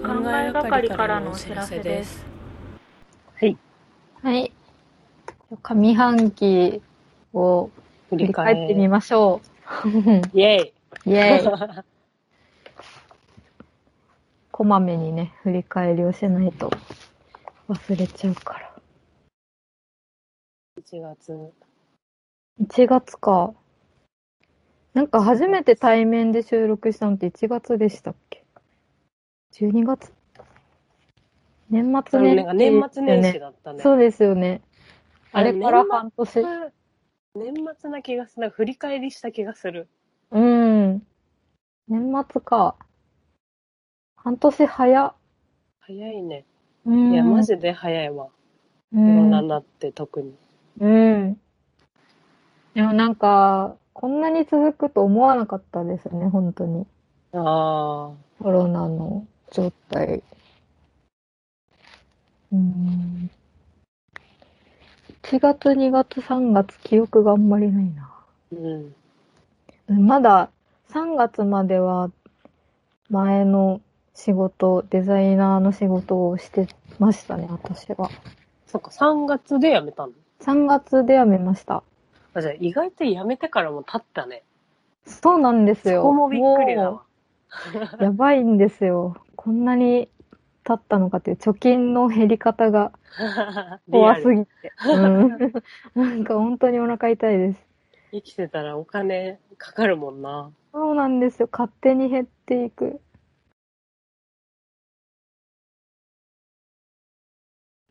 考えがかりからのお知らせです。はい。上半期を振振りり返返っっててみみましょう。イェイイェイ。 こまめにね、振り返りをしないと忘れちゃうから。 !1 月。 1月か。なんか初めて対面で収録したのって1月でしたっけ ?12 月年末年なん始、か年末年始だだったよねね。そうですよね。ああれれから半年。年末な気がする。なんか振り返りした気がする。うん。年末か。半年早っ。早いね。うん。いや、マジで早いわ。うコロんナになって特に。うん。でもなんか、こんなに続くと思わなかったですね、本当に。ああ。コロナの状態。うん。1月、2月、3月、記憶があんまりないな。うん。まだ3月までは前の仕事、デザイナーの仕事をしてましたね、私は。そっか、3月で辞めたの3月で辞めました。あ、じゃあ意外と辞めてからも経ったね。そうなんですそよ。こもびっくりだわ。もうやばいんですよ。こんなに経ったのかっていう貯金の減り方がリア怖すル。ぎて。うん、 なんか本当にお腹痛いです。生きてたらお金かかるもんな。そうなんですよ。勝手に減っていく。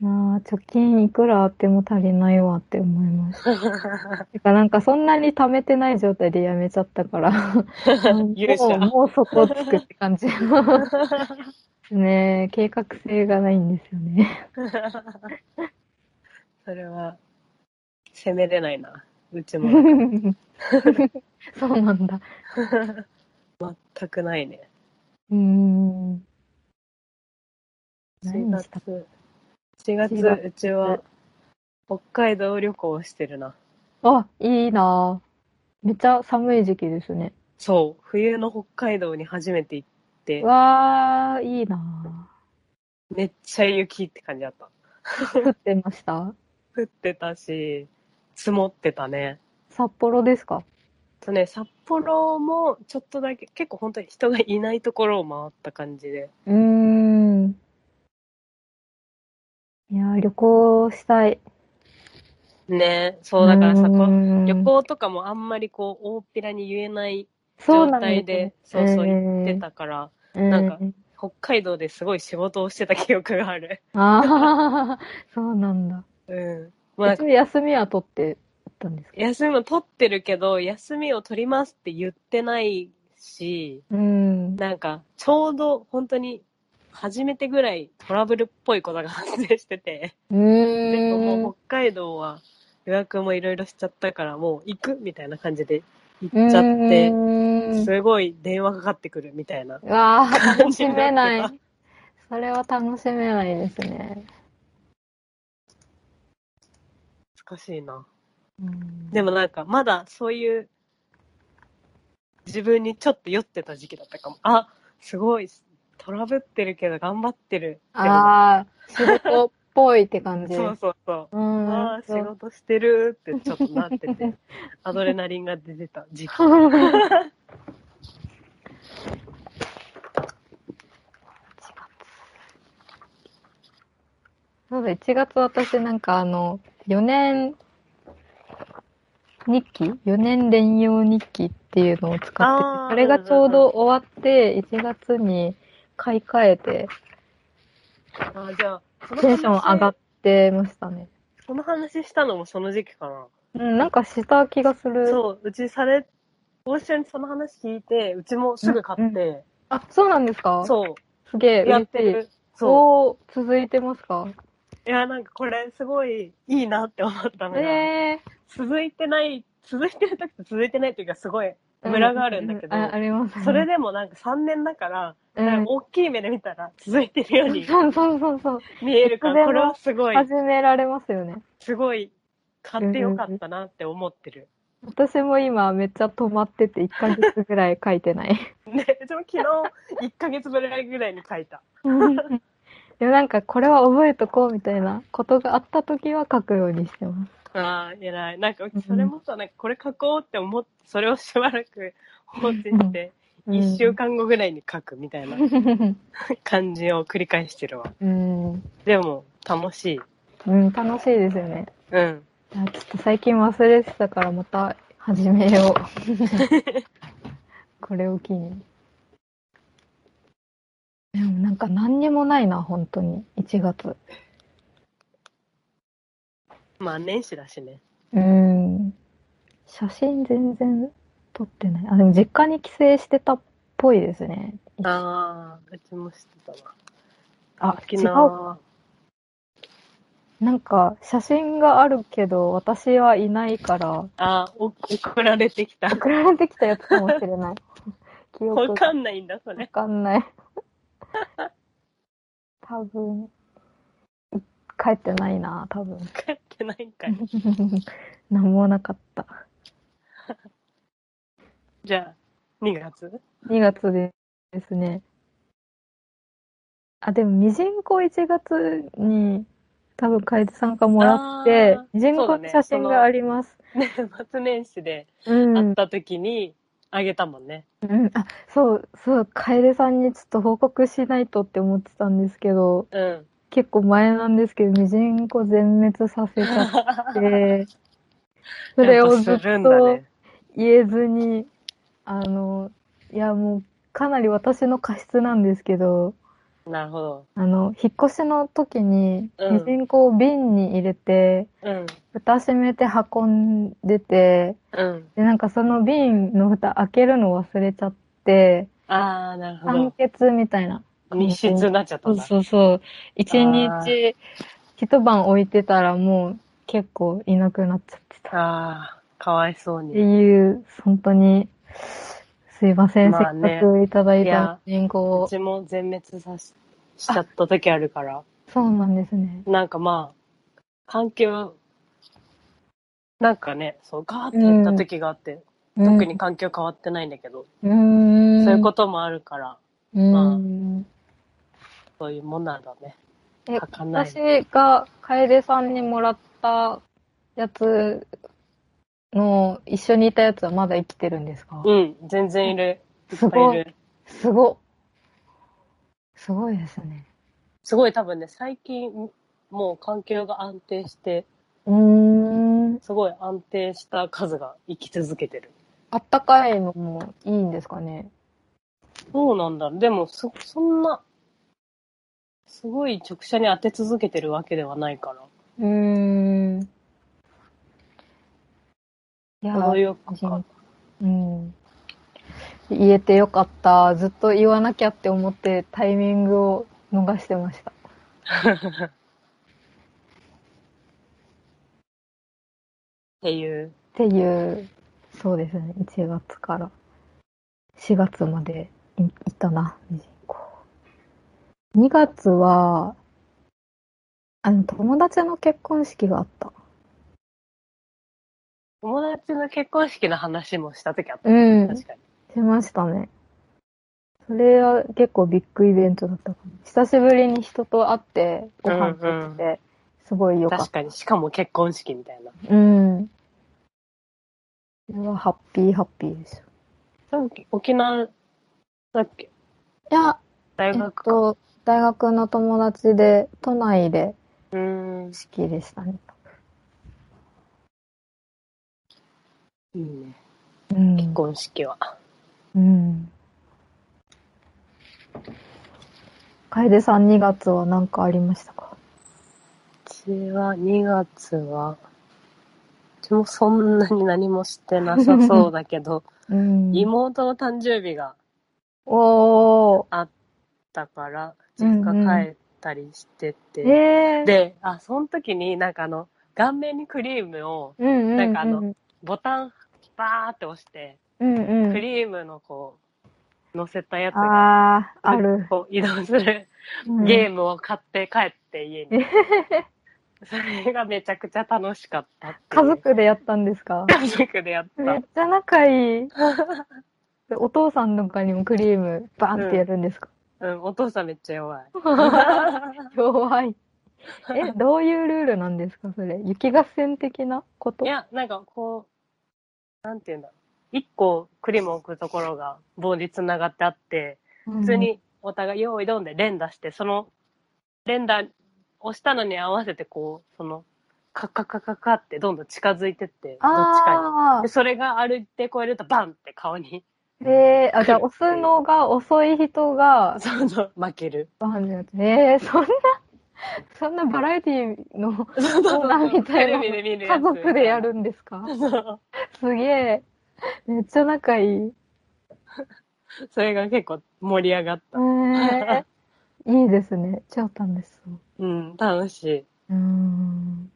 ああ、貯金いくらあっても足りないわって思いました。 てか、なんかそんなに貯めてない状態で辞めちゃったから、も勇者う、もうそこつくって 感じ。ねえ、計画性がないんですよね。 それは、責めれないな。うちも。 そうなんだ。全くないね。うーん。何4でした月、4月、 4月うちは、北海道旅行をしてるな。あ、いいなぁめっちゃ寒い時期ですね。そう、冬の北海道に初めて行って、わー、いいなめっちゃ雪って感じだった。ぁ降ってました降ってたし、積もってたね。札幌ですかあとね、札幌もちょっとだけ、結構本当に人がいないところを回った感じで、うーん。いやー、旅行したい。ね、そうだからさ、うこうーん旅行とかもあんまりこう、大っぴらに言えないそう状なん態でで、すそねうそう行って。たから、えーなんかえー北海道ですごい仕事をしてた記憶がある。 ああ、 そうなんだ。うん。まあなん別かに休みは取ってたんですか休みも取ってるけど、休みを取りますって言ってないし、うん。なんか、ちょうど本当に、初めてぐらいトラブルっぽいことが発生してて、うでーもんう。北海道は予約もいろいろしちゃったから、もう行くみたいな感じで行っちゃって、うすごい電話かかってくるみたいな。ーん。わあ、楽しめな感い。それは楽しめないですね。難しいな。うんでもなんか、まだそういう、自分にちょっと酔ってた時期だったかも。あ、すごい、トラブってるけど頑張ってる。ああ、仕事っぽいって感じ。そうそうそう。うん。ああ、仕事してるってちょっとなってて、アドレナリンが出てた 時期。そうだ、1月私なんかあの、4年日記 ?4 年連用日記っていうのを使ってて、あーあれがちょうど終わって、1月に買い替えて、ああ、じゃあ、そのテンション上がってましたね。その話したのもその時期かな。うん、なんかした気がする。そう、うちされ、大一緒にその話聞いて、うちもすぐ買って、あ、そうなんですかそすげえ、う、やって嬉しい。る。そおー続いてますかう。いや、なんかこれすごいいいなって思ったのが、え続いてない、続いてる時と続いてない時がすごいー。ムラがあるんだけどうううあありますね。それでもなんか3年だから、うんなんか大きい目で見たら続いてるようにそうそうそうそう。見えるかいつでら、もこれはすごい、始められますよね。すごい買ってよかったなって思ってる。私も今めっちゃ止まってて1ヶ月ぐらい書いて ない。ね、でも昨日、1ヶ月ぶりぐらいに書い た。でもなんかこれは覚えとこうみたいなことがあった時は書くようにしてます。ああ、偉い。なんか、それもさ、なんかこれ書こうって思って、それをしばらく放置して、1週間後ぐらいに書くみたいな間。感じを繰り返してるわ。うん、でも、楽しい。うん、楽しいですよね。うん。あちょっと最近忘れてたからまた始め よう。これを機に。でもなんか何にもないな、本当に。1月。まあ、年始だしね。うん。写真全然撮ってない。あ、でも実家に帰省してたっぽいですね。ああ、うちもしてたわ。あ、沖違う。縄。なんか写真があるけど、私はいないから、ああ、お送られてき た。送られてきたやつかもしれ ない。記憶わがかんないんだ、そわれ。かんない。 多分、帰ってないな、多分。 帰ってないんかい。何もなかった。じゃあ、2月2月ですね。あ、でも、ミジンコ1月に、多分、楓さんがもらってあー、ミジンそコうだのね写真があります。年末年始でうん会った時にあげたもんね。うん。あ、そう、そう、楓さんにちょっと報告しないとって思ってたんですけど、うん。結構前なんですけど、ミジンコ全滅させちゃってで、それをずっやぱするんだとね言えずに、あの、いやもうかなり私の過失なんですけど、なるほど。あの、引っ越しの時に、うんミジンコを瓶に入れて、うん。蓋閉めて運んでて、うん。で、なんかその瓶の蓋開けるの忘れちゃって、ああ、なるほ酸欠みたいな。ど。密室になっちゃったそんうだ。そうそう。一あ日、一晩置いてたらもう結構いなくなっちゃってた。ああ、かわいそうってに。いう、本当に、すいません、まあねせっかくいただいいやた人口うを。ちも全滅さししちゃった時あるから、そうなんですね。なんかまあ、環境、なんかね、そう、ガーってやった時があって、特に環境変わってないんだけど、うん、。そういうことともあるから、うん。そういうもんなんだね。え書かない。私が楓さんにもらったやつの、一緒にいたやつはまだ生きてるんですかうん、全然いる。いすっぱいごいるい。。すごっ。すごいですね。すごい多分ね、最近、もう環境が安定して、うーん。すごい安定した数が生き続けてる。あったかいのもいいんですかね。そうなんだ。でも、そ、そんな、すごい直射に当て続けてるわけではないから、うーん。いやー程よくか。うん。言えてよかった。ずっと言わなきゃって思ってタイミングを逃してました。っていう。っていう、そうですね。1月から4月までいいたな、ミジンコ。2月は、あの、友達の結婚式があった。友達の結婚式の話もした時あった。うん確かに。しましたね。それは結構ビッグイベントだったかも。久しぶりに人と会ってご飯食べて、すごい良かった確。かに。しかも結婚式みたいな。うん。それはハッピーハッピーですよ。でも沖縄だっけいや、え大っ学か。と、大学の友達で、都内でうーん。式でしたね。いいね。うん。結婚式は。うん。楓さん2月は何かありましたかうちは2月は、うちもそんなに何もしてなさそうだけど、うん。妹の誕生日がおー。だから、うん実う家ん帰ったりしてて、えー。、で、あ、その時になんかあの、顔面にクリームをうんうん、うん。なんかあの、ボタンバーって押して、うんうん。クリームのこう、乗せたやつが、あー、ある。こう移動するうん ゲームを買って帰って家に。それがめちゃくちゃ楽しかったっていう家族でやったんですか家族でやっめたっ。ちゃ仲 いい。でお父さんとかにもクリームバーンってやるんですか、うん、お父さんめっちゃ弱 い。弱い。え、どういうルールなんですかそれ。雪合戦的なこといや、なんかこう、なんていうんだろう。一個クリームを置くところが棒に繋がってあって、普通。にお互い用意どんで連打して、その連打押したのに合わせてこう、その、カッカッカッカッカってどんどん近づいてって、どっちかあに。で、それが歩いて越えるとバンって顔 に、あ。えー、あ、じゃあ押すのが遅い人がそうそう、負ける。バーンってやって。えー、そんな、そんなバラエティのそうそうそうみたいテレなビで見るや家つ族でやるんですかそうすげえ。めっちゃ仲いい。それが結構盛り上がっえた。ー、 いいですね。超楽しそう。うん、楽し い。うーん。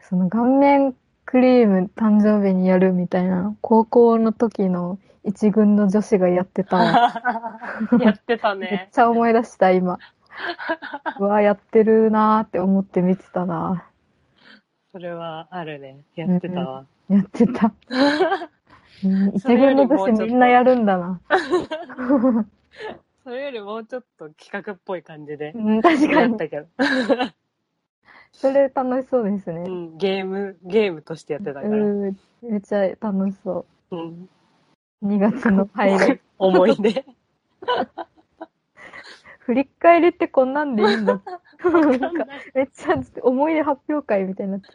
その顔面クリーム誕生日にやるみたいな、高校の時の一軍の女子がやってた わ。やってためっね。ちゃ思い出し た、今。うわ、やってるなーって思って見てたな。それはあるね。やってたわ。やって た。うん一それよ軍りのもうちょっと女子みんなやるんだな。それよりもうちょっと企画っぽい感じでうん、確かやっに。たけど。それ楽しそうですうね。ん、ゲーム、ゲームとしてやってたから。うんうん、めっちゃ楽しそう。2 月のハイライト。思い出。 振り返りってこんなんでいいん だ。なんかないめっちゃ思い出発表会みたいになって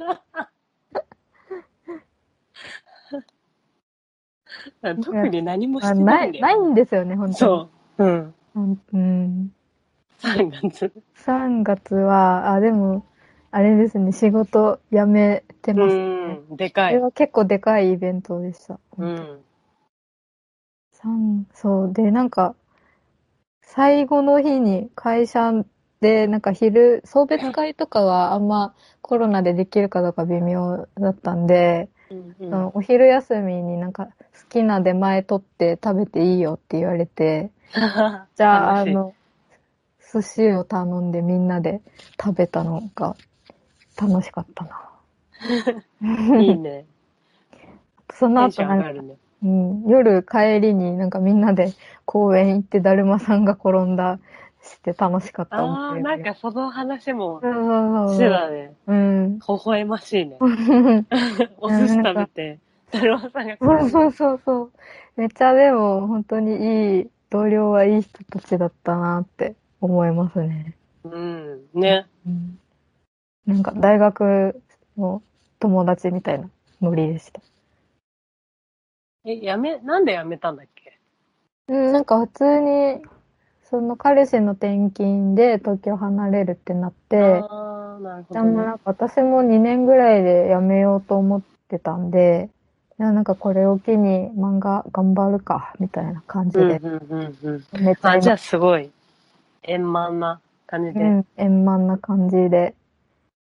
特に何もしてあなないんいだよ。ないんですよね、本当に。そう。うん。うんうん。 3月。 3月は、あ、でも、あれですね、仕事辞めてうますね。ん、でかこれい。は結構でかいイベントでした。うん。三そう。で、なんか、最後の日に会社で、なんか昼、送別会とかはあんまコロナでできるかどうか微妙だったんで、うんそ のお昼休みになんか好きな出前取って食べていいよって言われて、じゃあ、あ楽しいの、寿司を頼んでみんなで食べたのが楽しかったな。 いいね。 そテのンシ後ョン上なんがか、るね。うん、夜帰りになんかみんなで公園行ってだるまさんが転んだして楽しかったああ、なんか、かその話もそうそうしそてう。たね。うん。微笑ましいね。 おうん寿司食べて、だるまさんが来そうる。そうそうそう。めっちゃでも本当にいい、同僚はいい人たちだったなって思いますね。うん。ね。うん、なんか大学の友達みたいなノリでした。え、やめ、なんでやめたんだっけうん、なんか普通に、その彼氏の転勤で東京離れるってなって、ああ、なるほでどもねなんか私も2年ぐらいで辞めようと思ってたんで、いやなんかこれを機に漫画頑張るか、みたいな感じうんで。うんうんうん。めっちゃあ、じ今ゃあすごい、円満な感じうで。ん、円満な感じで。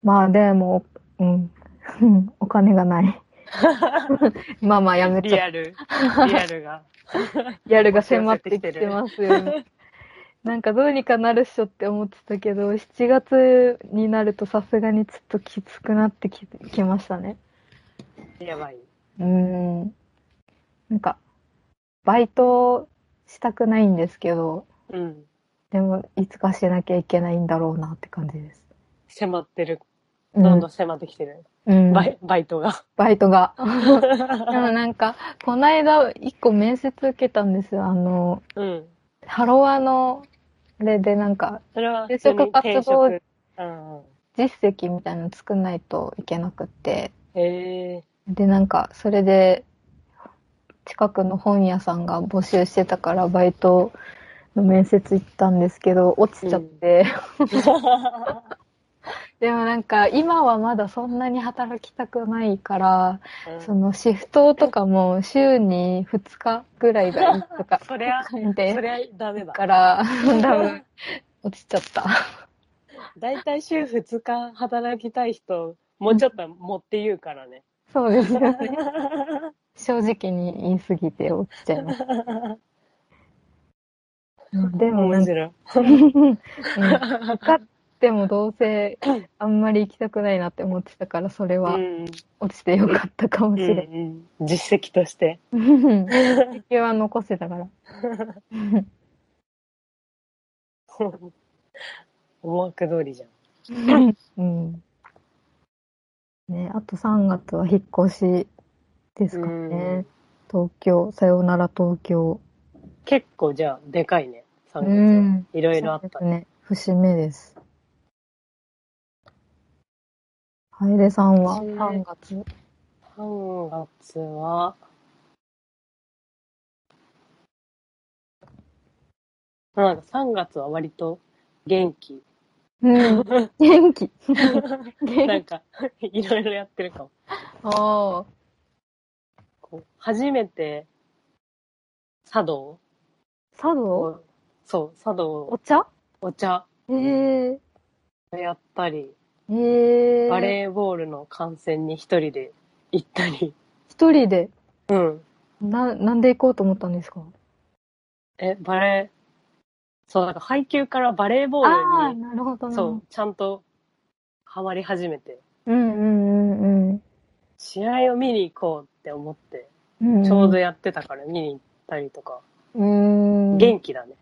まあでも、うん、 うんお金 がない。まあまあやめちリゃっア ル、リアルが。リアルが迫ってきてます よね。なんかどうにかなるっしょって思ってたけど、7月になるとさすがにちょっときつくなってききましたね。やばい。うーん。なんか、バイトしたくないんですけど、うん。でもいつかしなきゃいけないんだろうなって感じです。迫ってる。うんどんどん迫ってきてる。うんバイバイトが。バイトが。でもなんか、こないだ一個面接受けたんですよ。あの、 うん。ハロワの、あれでなんか、それは、就職活動転職うんうん。実績みたいなの作んないといけなくって。へえで、なんか、それで、近くの本屋さんが募集してたから、バイトの面接行ったんですけど、落ちちゃって。 でもなんか、今はまだそんなに働きたくないから、そのシフトとかも週に2日ぐらいがいいとか そりゃ書いてそりゃダ メだ。から、多分、落ちちゃった。だいたい週2日働きたい人、もうちょっと持って言うからね。そうですよね。 正直に言いすぎて落ちちゃいました。でもな面んか、 白い。うん受かっでもどうせあんまり行きたくないなって思ってたから、それはうん落ちてよかったかもしれない。うんうん実績として。時給は残してたから。 思惑通りじゃん。うん。ね、あと3月は引っ越しですかね。東京、さよなら東京。結構じゃあ、でかいね。3う月は。ん。いろいろあったそうです。ね。節目です。楓さんは節目3月。 3月は、なんか3月は割と元 気。うん。元気。な元ん気。か、いろいろやってるかも。 あこう初めて、茶道茶道をそう、茶道をお茶お茶ええをやったり、ー。ええー。バレーボールの観戦に一人で行ったり。一人で、うん。な、なんで行こうと思ったんですかえ、バレー、そう、なんか配給からバレーボーああルー、に、なるほどな。そう、ちゃんとハマり始めて、うんうんうんうん。試合を見に行こうって思って、うんちょうどやってたから見に行ったりとか、うん。元気 だね。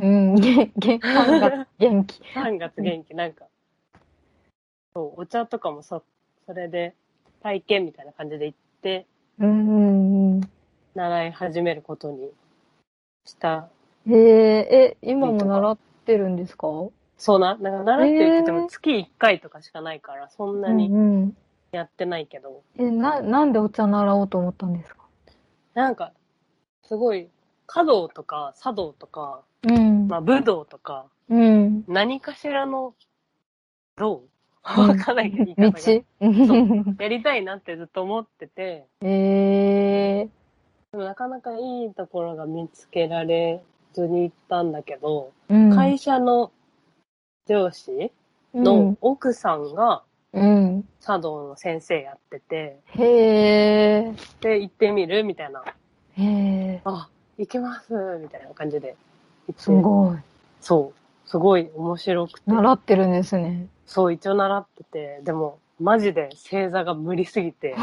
うん、元気。3月元気。 3月元気、なんか、そう、お茶とかもそ、それで体験みたいな感じで行って、うんうんうん。習い始めることにした。えー、え、今も習ってるんですかそうな、なんか習ってるって言ってへもー月1回とかしかないから、そんなうにんうん。やってないけど、え、な、なんでお茶習おうと思ったんですかなんか、すごい、華道とか茶道とか、うん。まあ武道とか、うん。何かしらの、道わかんないけど、言い道方が うやりたいなってずっと思ってて、えー、でもなかなかいいところが見つけられずに行ったんだけど、うん。会社の上司の奥さんがうん。うん。茶道の先生やってて、へー。で、行ってみるみたいな、へー。あ、行きますみたいな感じで行って。すごい。そう。すごい面白くて。習ってるんで すね。そう、一応習ってて、でも、マジで正座が無理すぎ て、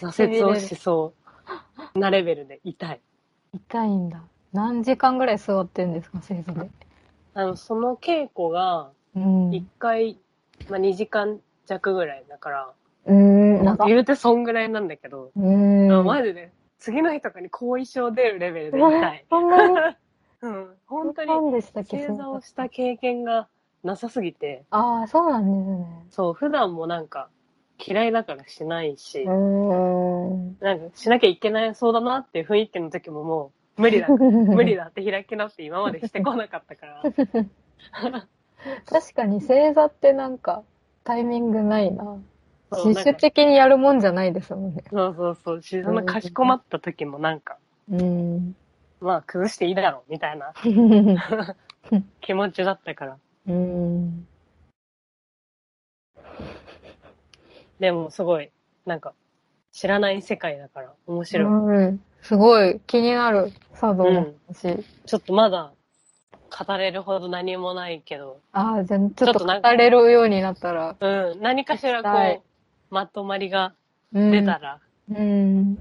挫折をしそうなレベルで痛い。痛いんだ。何時間ぐらい座ってるんですか、正座で。あの、その稽古が、うん。一回、まあ、2時間弱ぐらいだから、うん、なんか、言うてそんぐらいなんだけど、うん。あマジで、次の日とかに後遺症出るレベルで痛い。そんなに、うん、本当に何でしたっけ正座をそしうた経験がなさすぎて、ああ、そうなんでそう、普段もなんか嫌いだからしないし、すね。うん。なんかしなきゃいけないそうだなっていう雰囲気の時ももう無理だ、無 無理だって開き直って今までしてこなかった から、確かに正座ってなんかタイミングないな。そう自なん主か的にやるもんじゃないですもんね。そうそうそうし、そんなかしこまった時もなんか、うん。まあ崩していいだろうみた いな気持ちだったから、うん。でもすごい、なんか知らない世界だから面白い。うん。すごい気になる、茶道の話。ちょっとまだ語れるほど何もないけど、ああ、じゃあちちょょっっとと語なんかれるようになったら。うん、何かしら聞きたこ、いうまとまりがうん出たらうん。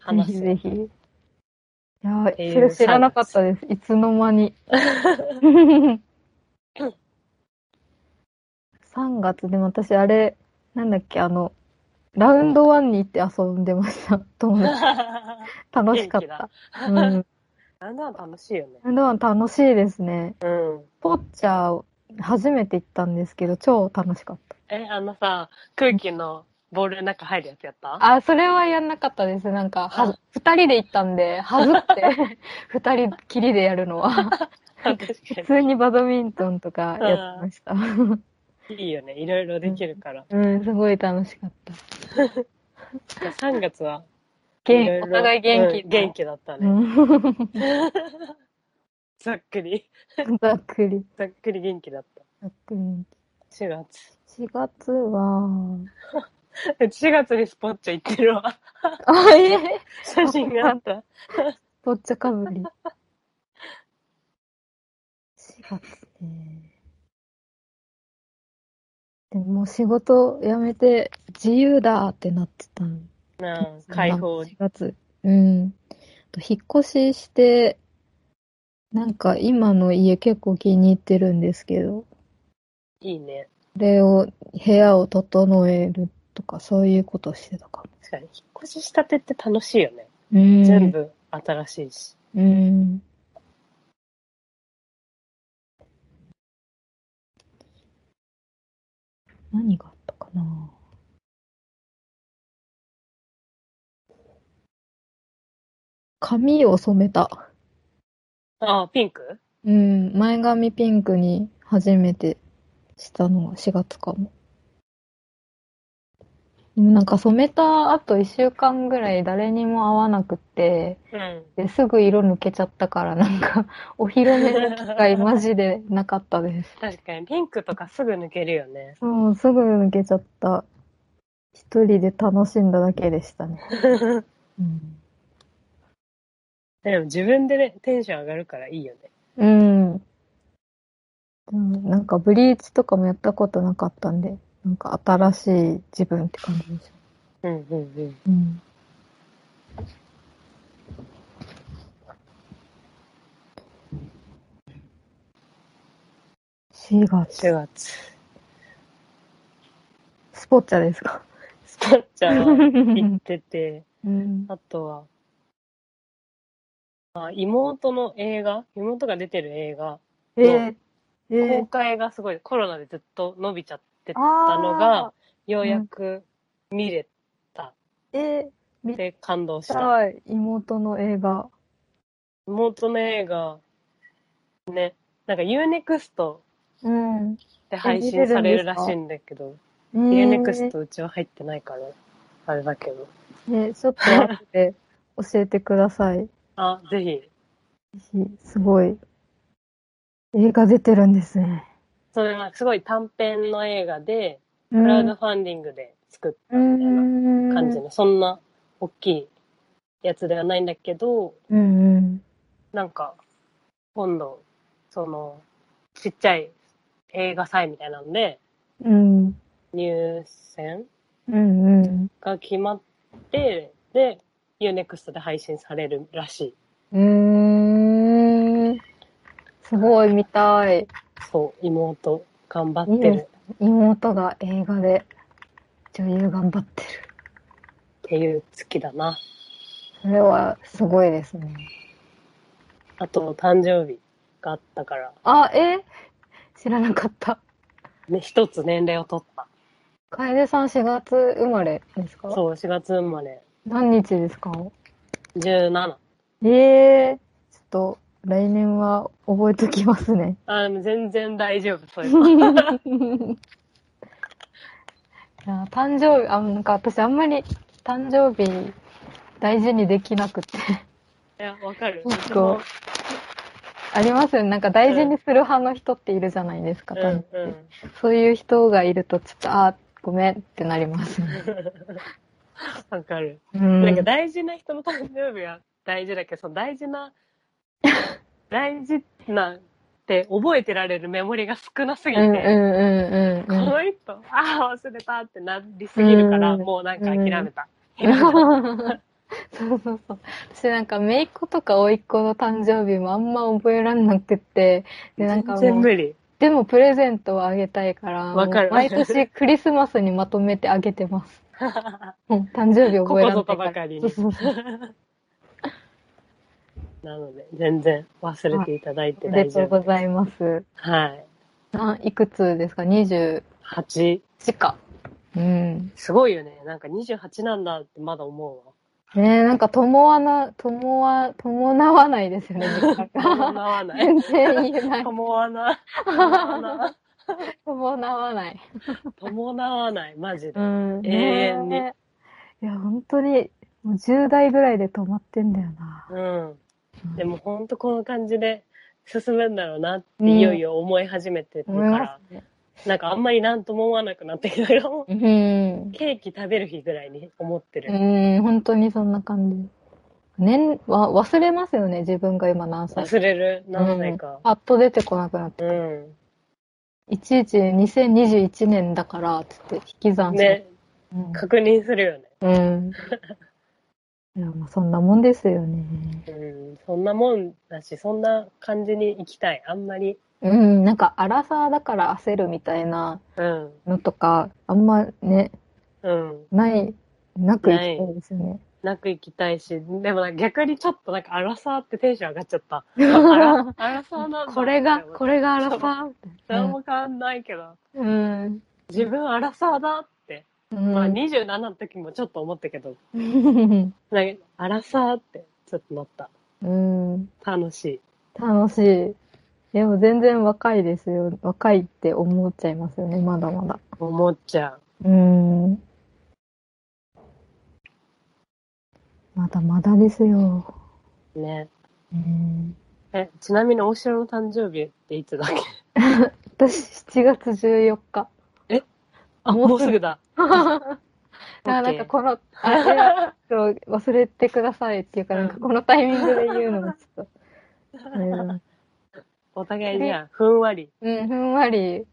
話す。 ぜひぜひ。いやーっていうそれ知らなかったです。いつの間 に。3月でも私あれ、なんだっけ、あの、ラウンドワンに行って遊んでま した。友達。楽しかった。うん、ラなんだ楽しいよね。ウンドワン楽しいですね。うん。ポッチャー、初めて行ったんですけど、超楽しかった。え、あのさ、空気のボールの中入るやつや ったあ、それはやんなかったです。なんか、はあ、二人で行ったんで、はず って、二人きりでやるのは。確か普通にバドミントンとかやってました。に。いいよね。いろいろできるから。うん、すごい楽しかった。 3月は、元いろいろお互い元気、うん元。気だったうね。ん、ざっくり。ざっくり。ざっくり元気だっざっくり元た。4月。 気。4月は、 4月にスポッチャ行ってる わ。あ、え写真があ った。ぽっちゃかぶり。4月ね。でももう仕事辞めて自由だってなってたんうん、解放4月。うん。あと引っ越しして、なんか今の家結構気に入ってるんですけど、いいね。これを、部屋を整えるとか、そういうことをしてたか確かに、引っ越ししたてって楽しいよね。も。うん。全。部新しいし。うん。何があったかな髪を染めた。ああ、ピンクうん、前髪ピンクに初めてしたのは4月かも。でもなんか染めた後1週間ぐらい誰にも会わなくって、うん。ですぐ色抜けちゃったからなんか お披露目の機会マジでなかったです。確かに、ピンクとかすぐ抜けるよね。 そう、すぐ抜けちゃった。一人で楽しんだだけでしたね。うん。でも自分でね、テンション上がるからいいよね。うん。でもなんかブリーチとかもやったことなかったんで、なんか新しい自分って感じでしうんうんうん。た。うん。4 4月。月。スポッチャですか。スポッチャは行ってて、うん。あとは、あ妹の映画、妹が出てる映画、えー、え公ー、開がすごいコロナでずっと伸びちゃってたあのが、ようやく見れー、えー、めって感動しちた。ゃ妹の映画。妹の映画、ね、なんか UNEXT うん。で配信されるらしいんだけど、UNEXT うちは入ってないから、あれだけど。ね、ちょっと後で教えてください。あ、ぜひ。すごい。映画出てるんですね。それはすごい短編の映画で、ククラウドファンディングで作ったみたいな感じの、そんな大きいやつではないんだけど、うんうん。なんか、今度、その、ちっちゃい映画祭みたいなんで、うん入選うんうん。が決まって、で、UNEXT で配信されるらしい。うん。うん。すごい見たい。そう、妹、頑張っていいるね妹が映画で女優頑張ってる。っていう月だな。それはすごいですね。あと、誕生日があったから、あ、え知らなかった。ね、一つ年齢を取った。楓さん4月生まれですかそう、4月生まれ、何日ですか17。ええちょっと来年は覚えときますね。あ、でも全然大丈夫、そ いういやうの。誕生日、あ、なんか私あんまり誕生日大事にできなくて。いや、わかる。そっかうちもありますよね。なんか大事にする派の人っているじゃないですか。う多ん分うん。そういう人がいるとちょっと、あ、ごめんってなりますね。わかる。うん。なんか大事な人の誕生日は大事だけど、その大事な、 大事なって覚えてられるメモリが少なすぎうて、んうんうんこの人、ああ、忘れたってなりすぎるから、うんもうなんか諦めた。うん うん。そうそうそう。私なんか、姪っ子とか甥っ子の誕生日もあんま覚えらんなくって、で、なんか全も然う、無理。 でもプレゼントはあげたいから、わかるもう毎年クリスマスにまとめてあげてます。 うん誕生日こ覚こえらんなぞいかとら。ばかりそうに。そうそうなので、全然忘れていただいておめ大でと丈うご夫。ざいます。はい。なんいくつですか ?28 8。か。うん。すごいよね。なんか28なんだってまだ思うわ。ねえ、なんか、友わな、友わ、伴わないで すよね、時 間が。伴わない。全然言えない。伴わない。伴わない。伴 わない。伴わない。マジで。うん、永遠にねえいや、本当に、もう10代ぐらいで止まってんだよな。うん。うんでもほんとこの感じで進むんだろうなってうんいよいよ思い始めてるか思らいま、すね。なんかあんまりなんとも思わなくなってきたけど、うん。ケーキ食べる日ぐらいに思ってる。うん、本当にそんな感じ。年、わ、忘れますよね、自分が今何歳か。忘れる何歳か。パッと出てこなくなって。うん。いちいち2021年だからって言って引き算して、ね、うん確認するよね。うん。 いや、まあそんなもんですよね。うん、そんなもんだし、そんな感じに行きたい。あんまり、うん、なんか、荒さだから焦るみたいなうん、のとか、あんまね、うん、ない、なくいきたいですよね。なく行きたいし、でもなんか逆にちょっとなんか、アラサーってテンション上がっちゃった。アラアラサーなんだ。これが、これ。れが荒さ。何も変わんないけど、うん。自分アラサーだって。うんまあ27の 時もちょっと思ったけど、うなんか、アラサーってちょっとなった。ん。楽しい。楽しい。でも全然若いですよ。若いって思っちゃいますよね、まだまだ。思っちゃう。うん。まだまだですよ。ね。うんえ、ちなみに大城の誕生日っていつだっけ私、7月14日。あ、 もうもうすぐだ。あ、なんかこの、あれあはちょっと忘れてくださいっていうか、なんかこのタイミングで言うのもちょっと、あれだなお互いじゃあ、ふんわり。うん、ふんわり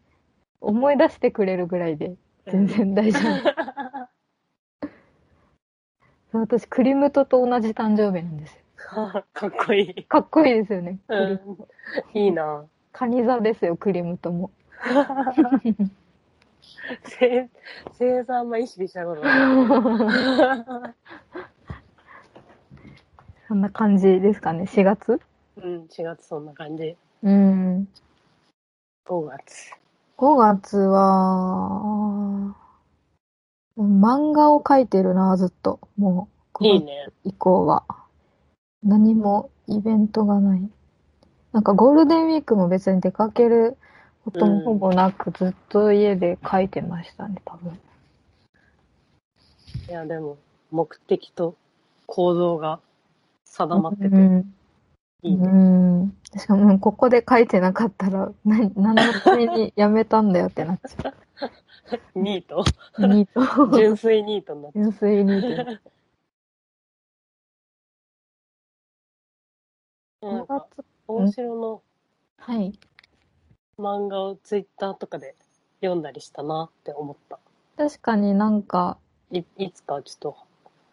思い出してくれるぐらいで、全然大丈夫。そう私、クリムトと同じ誕生日なんですよ。かっこいい。かっこいいですよね。うん。いいな。カニ座ですよ、クリムトも。せ 星座あんま意識したことない。そんな感じですかね、4月うん、4月そんな感じ。うん。 5月。 5月は、漫画を描いてるな、ずっと。もう、いいね。以降は。何もイベントがない。なんかゴールデンウィークも別に出かけることもほぼなく、ずっと家で書いてましたね、多分。いや、でも、目的と行動が定まっててう、ん。いいね。うん。しかも、ここで書いてなかったら、 な何のためにやめたんだよってなっちゃニート。 う。ニート。純粋ニートになって。純粋にート。 なん5か、月大城のはい。漫画をツイッターとかで読んだりしたなって思った。確かになんか、いいつかちょっと、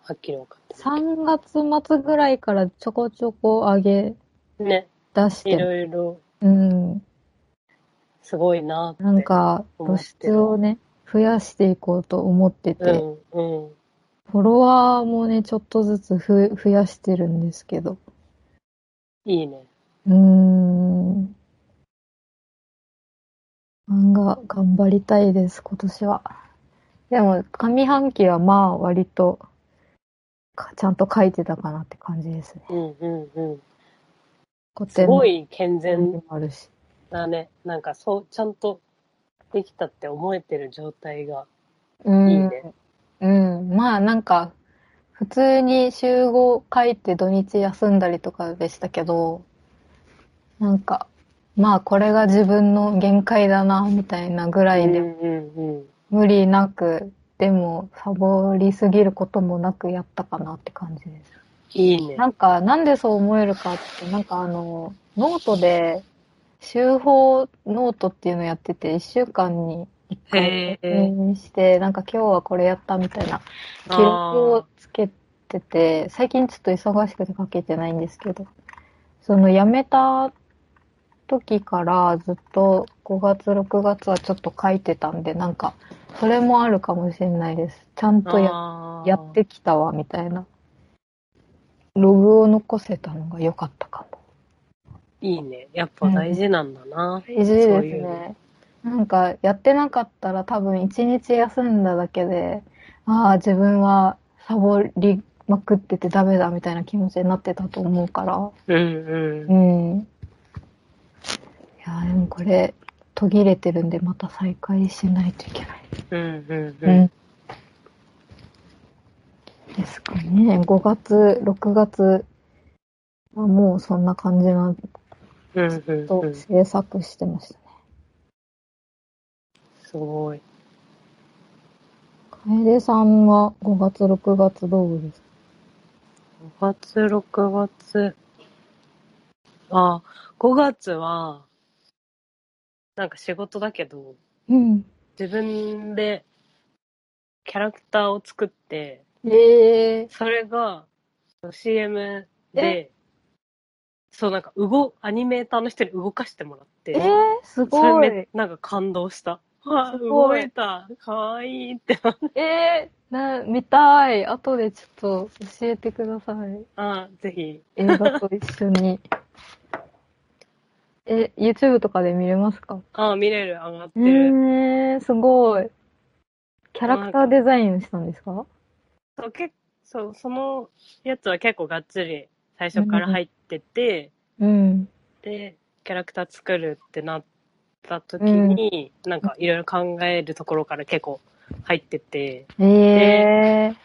はっきり分かっ3月末ぐらいからちょこちょこ上げて。ね、出しいて、ろいろうん。すごいなって。なん、か、思露ってる出をね、増やしていこうと思ってて、うん、うん。フォロワーもね、ちょっとずつふ増やしてるんですけど、いいね。うーん。漫画頑張りたいです、今年は。でも、上半期はまあ、割と、かちゃんと書いてたかなって感じですね。うん、うん、うん。古す典ごもい健全もあるし。なね、なんかそう、ちゃんとできたって思えてる状態がういいん。ね。うん、まあなんか、普通に週5書いて土日休んだりとかでしたけど、なんか、まあこれが自分の限界だな、みたいなぐらういん、で、うん、うん。無理なく、でもサボりすぎることもなくやったかなって感じです。いいね。なんか、なんでそう思えるかって、なんかあの、ノートで、週報ノートっていうのやってて、1週間に1回へー入院して、なんか今日はこれやったみたいな。記録をつけてて、最近ちょっと忙しくて書けてないんですけど、その辞めた時からずっと5月、6月はちょっと書いてたんで、なんか、それもあるかもしれないです。ちゃんとやあーやってきたわ、みたいな。ログを残せたのが良かったかも。いいね。やっぱ大事なんだな。大事ですそういうねの。なんか、やってなかったら多分一日休んだだけで、ああ、自分はサボりまくっててダメだみたいな気持ちになってたと思うから。うん、ううん。ん。いや、でもこれ、途切れてるんでまた再開しないといけない。うん、うん、ううん。ん。ですかね。5月、6月はもうそんな感じなうん、うんとうん。す制作してましたね。ごい。楓さんは5月、6月どうですか5月、6月。あ、5月は、なんか仕事だけど、うん。自分でキャラクターを作って、ええそれが CM で、そうなんか動、アニメーターの人に動かしてもらって、えーすそれごい。めなんか感動した。わあすご動いいた。かわいいって。えー、な、見たい。後でちょっと教えてください。あぜひ。映画と一緒に。 え、YouTube とかで見れますかあ見れる。上がってえる。ー、すごい。キャラクターデザインしたんですかそう、けそうそのやつは結構がっつり最初から入ってて、うん。で、キャラクター作るってなった時に、なんかいろいろ考えるところから結構入ってて、ええ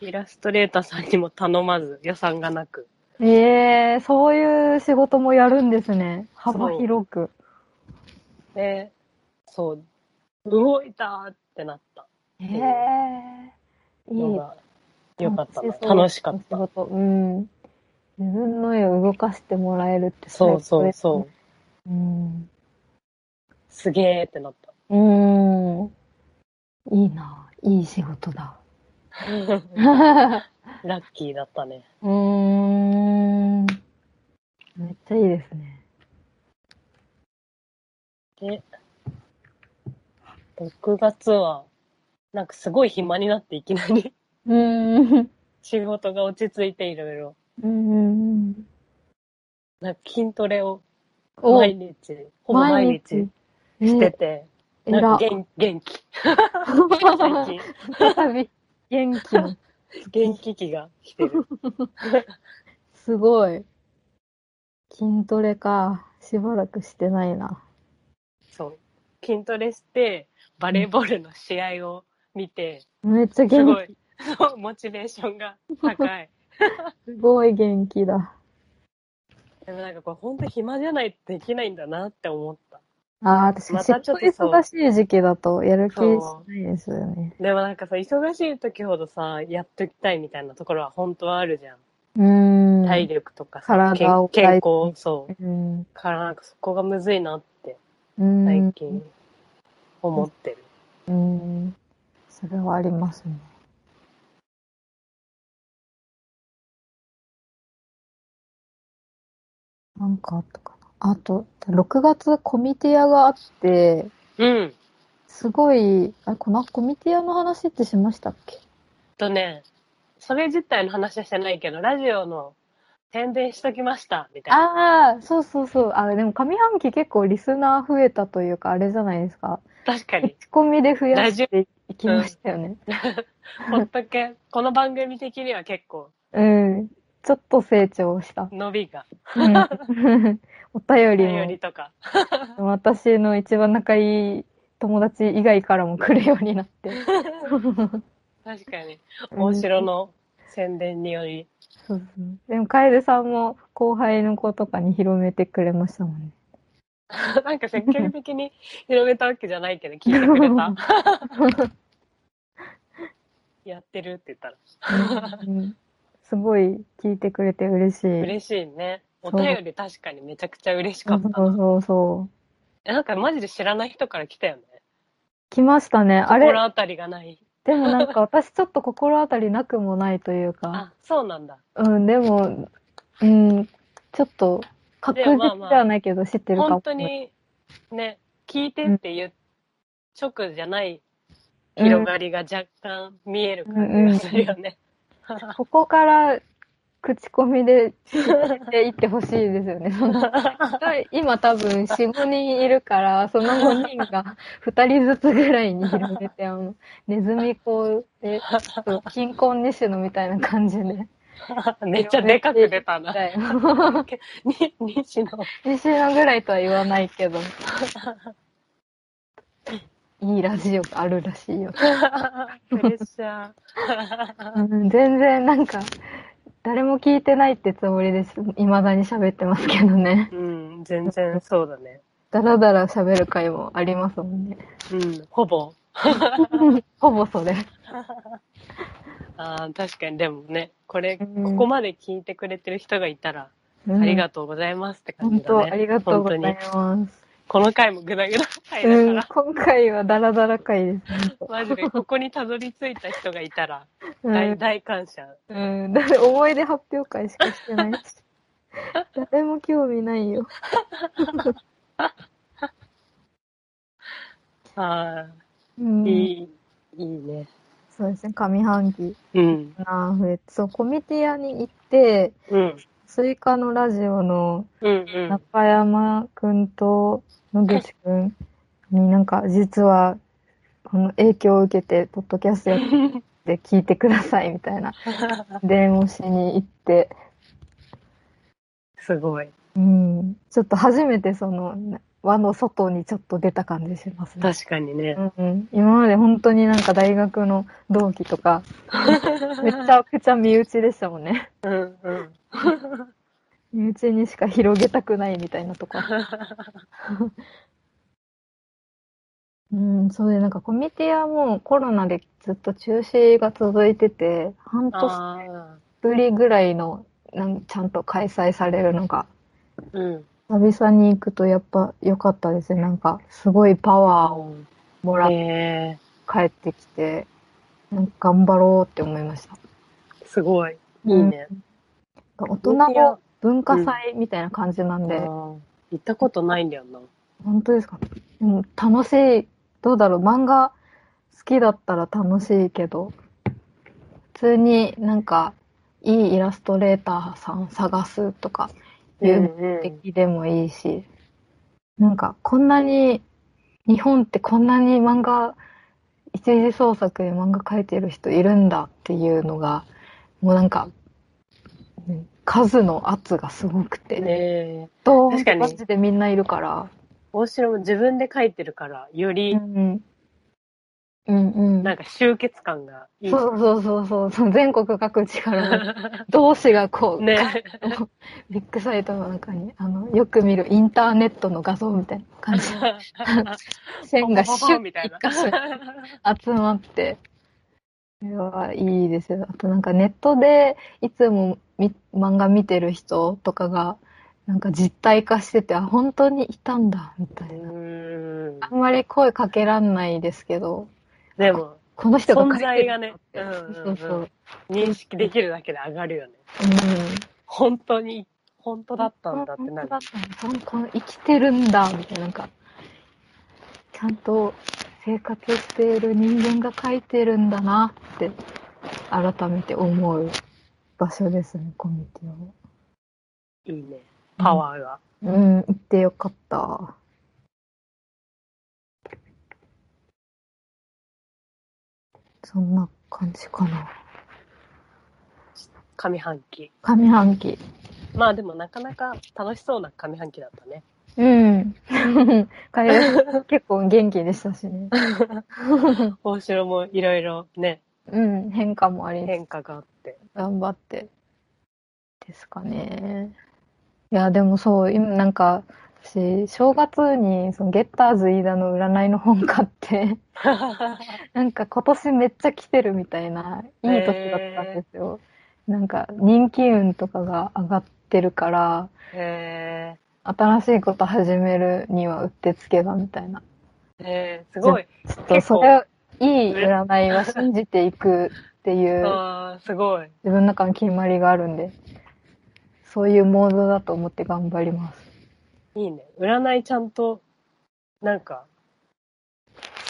イラストレーターさんにも頼まず予算がなく。ー、えー、そういう仕事もやるんですね。幅広く。で、そう、動いたってなったえうえー、いいのが、よかったな。そう楽しかっおた仕。事、うん。自分の絵を動かしてもらえるってそうそうう。そう。うん。すげえってなった。うん。いいな。いい仕 事だ。ラッキーだったね。うーん。めっちゃいいですね。で、6月は、なんかすごい暇になっていきなり うん。仕事が落ち着いていろいろ。うん。なんか筋トレをお毎日、ほぼ毎日してて、えなんらか。元元気。最再 近、び元気の。元気期が来て る。すごい。筋トレか。しばらくしてないな。そう。筋トレして、バレーボールの試合を見て、めっちすゃ元ごい、そう、モチベーションが高 い。気。すごい元気だ。でもなんかこれ本当暇じゃないとできないんだなって思った。ああ、確かにま仕たちょ事っとそう忙しい時期だとやる気しそないですよね。でもなんかさ、忙しい時ほどさ、やっときたいみたいなところは本当はあるじゃん。うーん。体力とかさ、体けんを健康、そう。うん。うからなんかそこがむずいなって、ん。最近、思ってる。うん。それはありますね。なんかあったかな。あと、6月コミティアがあって、うん。すごい、あれ、このコミティアの話ってしましたっけとね、それ自体の話はしてないけど、ラジオの宣伝しときました、みたいな。ああ、そうそうそう。あれ、でも上半期結構リスナー増えたというか、あれじゃないですか。確かに。口コミで増やしていきましたよね。ほっとけ、この番組的には結構、うん。ちょっと成長した。伸びが、うん お便りよもりとか。私の一番仲いい友達以外からも来るようになって。確かに。大城の宣伝により、 そうそうでも、楓さんも後輩の子とかに広めてくれましたもん ね。なんか積極的に広めたわけじゃないけど、聞いてくれた。 やってるって言ったら。うんすごい聞いてくれて嬉しい。嬉しいね。そおう便り確かにめちゃくちゃ嬉しかそっうた。そうそう。えなんかマジで知らない人から来たよね。来ましたね。あれ、心当たりがない。でもなんか私ちょっと心当たりなくもないというか、あ、そうなんだ。うん、でも、うん、ちょっと確でもまあま実あではないけど知ってるかも。本当に、ね、聞いてっていう直じゃない広がりが若干見える感じがするよね。ここから口コミで広げていってほしいですよね。その 今多分4、5人いるから、その5人が2人ずつぐらいに広げて、あの、ネズミ講で、ちょっと貧困西野みたいな感じで、 みめっちゃでかく出たな。たいな。 に西 野。西野ぐらいとは言わないけ ど。いいラジオがあるらしいよ。プレッシャー。うん、全然なんか、誰も聞いてないってつもりです。未だに喋ってますけどね。 うん、全然そうだね。だらだら喋る回もありますもんね。うん、ほぼ。ほぼそれ。あー確かに、でもね、これ、うこんこまで聞いてくれてる人がいたら、あありとがとうございますってう。本感じだね。当、ありがとうござい本ます。この回もグダグダ回だうかん、ら、今回はダラダラ回ですね。マジでここにたどり着いた人がいたら、う大ん、大感謝。うん、だって思い出発表会しかして ないし。誰も興味ないよ。あうあ、ん、いい、いいね。そうですね、上半期うん。な増えて、そう、コミティアに行って、うん。スイカのラジオのうんうん。中山くんと野口くんになんか、実は、この影響を受けて、ポッドキャストや って聞いてくださいみたいな電話しに行って、すごい。うん、ちょっと初めてその輪の外にちょっと出た感じしますね。確かにね。うん、今まで本当になんか大学の同期 とか、めちゃくちゃ身内でしたもんね。うん うん。身内にしか広げたくないみたいなとか。うん、それでなんかコミティアもコロナでずっと中止が続いてて、半年ああ。ぶりぐらいのなんちゃんと開催されるのが、うん。久々に行くとやっぱ良かったですね。なんかすごいパワーをもらっえてえ帰ってきて、なんか頑張ろうって思いました。すごい。いいね。大人の文化祭みたいな感じなんで、ああ行ったことないんだよな。本当ですかでも楽しい、どうだろう、漫画好きだったら楽しいけど、普通になんか、いいイラストレーターさん探すとかいううんうん的でもいいし、なんかこんなに、日本ってこんなに漫画、一次創作で漫画描いてる人いるんだっていうのが、もうなんか、ね数の圧がすごくて、ねえ。どう確かにマジでみんないるから。大城も自分で書いてるから、より、うんうんうんなんか集結感がいい。そうそうそうそうそう全国各地から同士がこ う、ねビッグサイトの中にあのよく見るインターネットの画像みたいな感じの 線がシュッみたい一な。箇所に集まってそれはいいですよあとなんかネットでいつもみ漫画見てる人とかがなんか実体化しててあ本当にいたんだみたいなうんあんまり声かけらんないですけどでも、この人が書いてる存在がねってうんうんうんそうそう認識できるだけで上がるよね。うん本当に、本当だったんだってな本る当だ。ったんだほんこの生きてるんだみたいななんかちゃんと生活している人間が書いてるんだなって改めて思う場所ですねコミュニティをいいね。パワーが。うん行ってよかったそんな感じかな上半期。上半期まあでもなかなか楽しそうな上半期だったね。うん結構元気でした しね大城もいろいろね、うん変化もありつつ変化があって。 頑張ってですかね。いや、でもそう、今なんか、私、正月にそのゲッターズ飯田の占いの本買って、 なんか今年めっちゃ来てるみたいな、いい年だったんですよ。なんか人気運とかが上がってるから、へ新しいこと始めるにはうってつけだみたいな。えへえすごい。ちょっとそれ、いい占いは信じていくっていう。ああ、すごい。自分の中の決まりがあるんで、そういうモードだと思って頑張ります。いいね。占いちゃんと、なんか、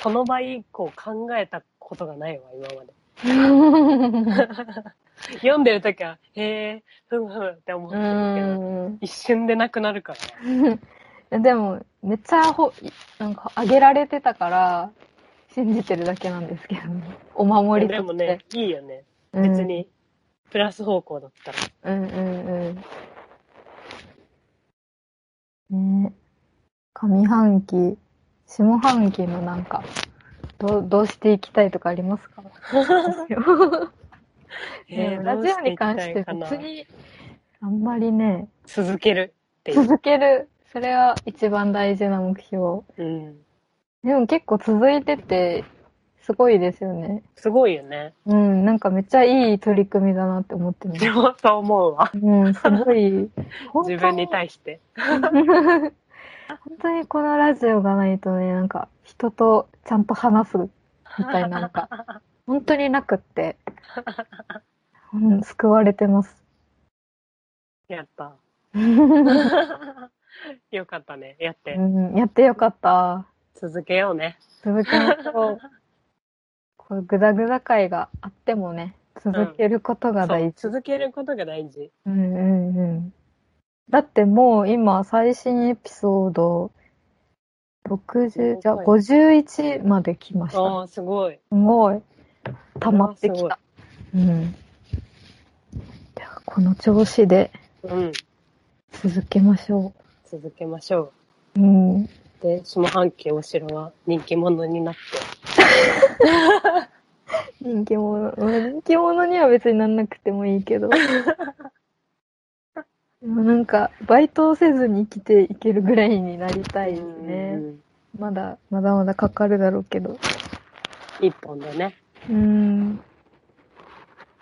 その場以降考えたことがないわ、今まで。読んでるときは、へえ、ふむふむって思ってるけど、う一瞬でなくなるから。ん。でも、めっちゃほ、なんか、あげられてたから、信じてるだけなんですけどね。お守りとでしもて。ね、いいよね。うん、別に、プラス方向だったら。うんうんうん。ね上半期、下半期のなんか、どう、どうしていきたいとかありま すか えーねラジオに関してどういきた別いかなに、あんまりね、続けるっていう。続ける。それは一番大事な目標。うん。でも結構続いてて、すごいですよね。すごいよね。うん、なんかめっちゃいい取り組みだなって思っ てますで。も、そう思うわ。うん、すごい。自分に対して。 本当に本当にこのラジオがないとね、なんか人とちゃんと話すみたいな、なんか、本当になくって、うん、救われてます。や った。うよかったね。やって。ん、やってよかった。続けようね。続けましょう。こういうグダグダ会があってもね、続けることがそ大う事。続けることが大事。うんうんうん。だってもう今、最新エピソード、60、じゃあ51まで来ました。ああ、すごい。すごい。溜まってきうわた。うん。じゃあ、この調子でうん。続けましょ続けましょう。うん。う。で、下半期お城は人気者になって。人気者、うん人気者には別になんなくてもいいけど。 でもなんか、バイトをせずに生きていけるぐらいになりたいですうね。んまだ、まだまだかかるだろうけど。一本でね。うん。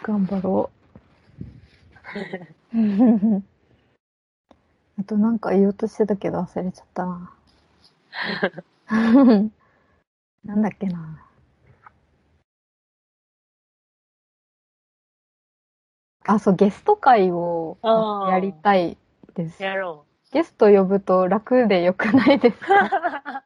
頑張ろう。 あとなんか言おうとしてたけど忘れちゃったな。 なんだっけな。あ、そう、ゲスト会をあーやりたいです。やろゲスト呼ぶと楽でよくないですかなんか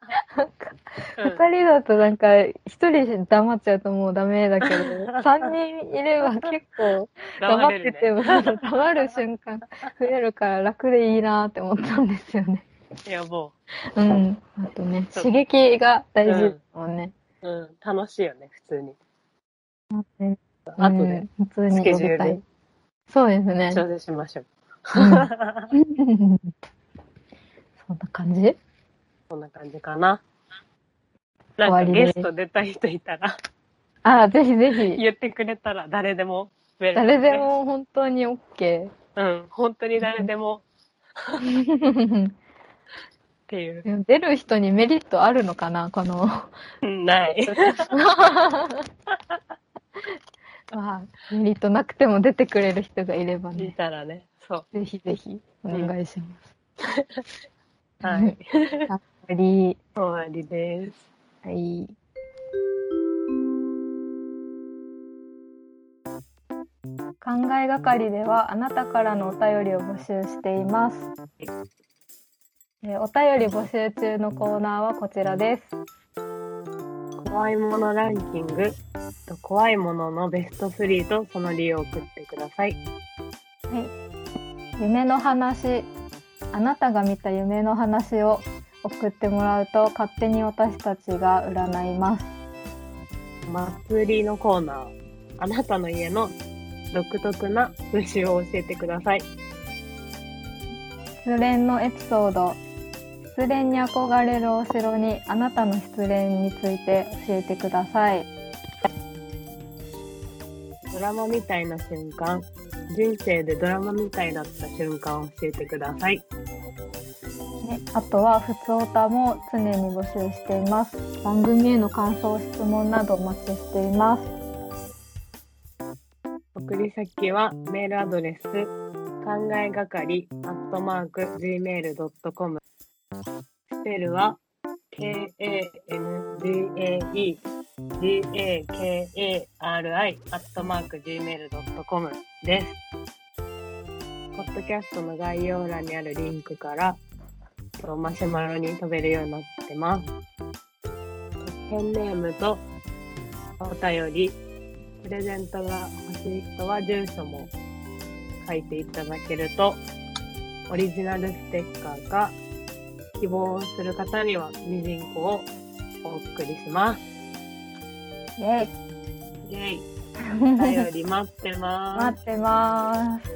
う。二人だとなんか、一人黙っちゃうともうダメだけ ど、三人いれば結構黙ってても、 黙る瞬間増えるから楽でいいなって思ったんですよ ね。て。やぼうん。あとね、そう刺激が大事ですもんね。う。うん。楽しいよね、普通に。ね後うでん普通に呼スケジュびたーいル。そうですね。調整しま しょう。うん そんな感じこんな感じかな。なんか終わりゲですスト出たい人いたら、あ、ぜひぜひ。言ってくれたら誰でもウェルカム誰すで。も本当に OK。うん、本当に誰でもって いう。 でも出る人にメリットあるのかなこの。うんない。まあ、メリットなくても出てくれる人がいればいね、たらね。そう。ぜひぜひお願いしまはい。 す。やっぱり、終わりです。はい。考えがかりではあなたからのお便りを募集しています。えーお便り募集中のコーナーはこちらです。怖いものランキングと怖いもののベスト3とその理由を送ってください。夢の話あなたが見た夢の話を送ってもらうと勝手に私たちが占います祭りのコーナー。あなたの家の独特な風習を教えてください。失恋のエピソード失恋に憧れるお城にあなたの失恋について教えてくださいドラマみたいな瞬間。人生でドラマみたいだった瞬間を教えてください。ねあとはふつおたも常に募集しています番組への感想質問などお待ちしています送り先はメールアドレス考えがかりアットマーク gmail.com スペルは k-a-n-g-a-e-g-a-k-a-r-i アットマーク gmail.com です。ポッドキャストの概要欄にあるリンクからとマシュマロに飛べるようになってます。ペンネームとお便りプレゼントが欲しい人は住所も書いていただけると、オリジナルステッカーか、希望する方にはミジンコをお送りします。イエイイェイ。お便り待って ま待ってます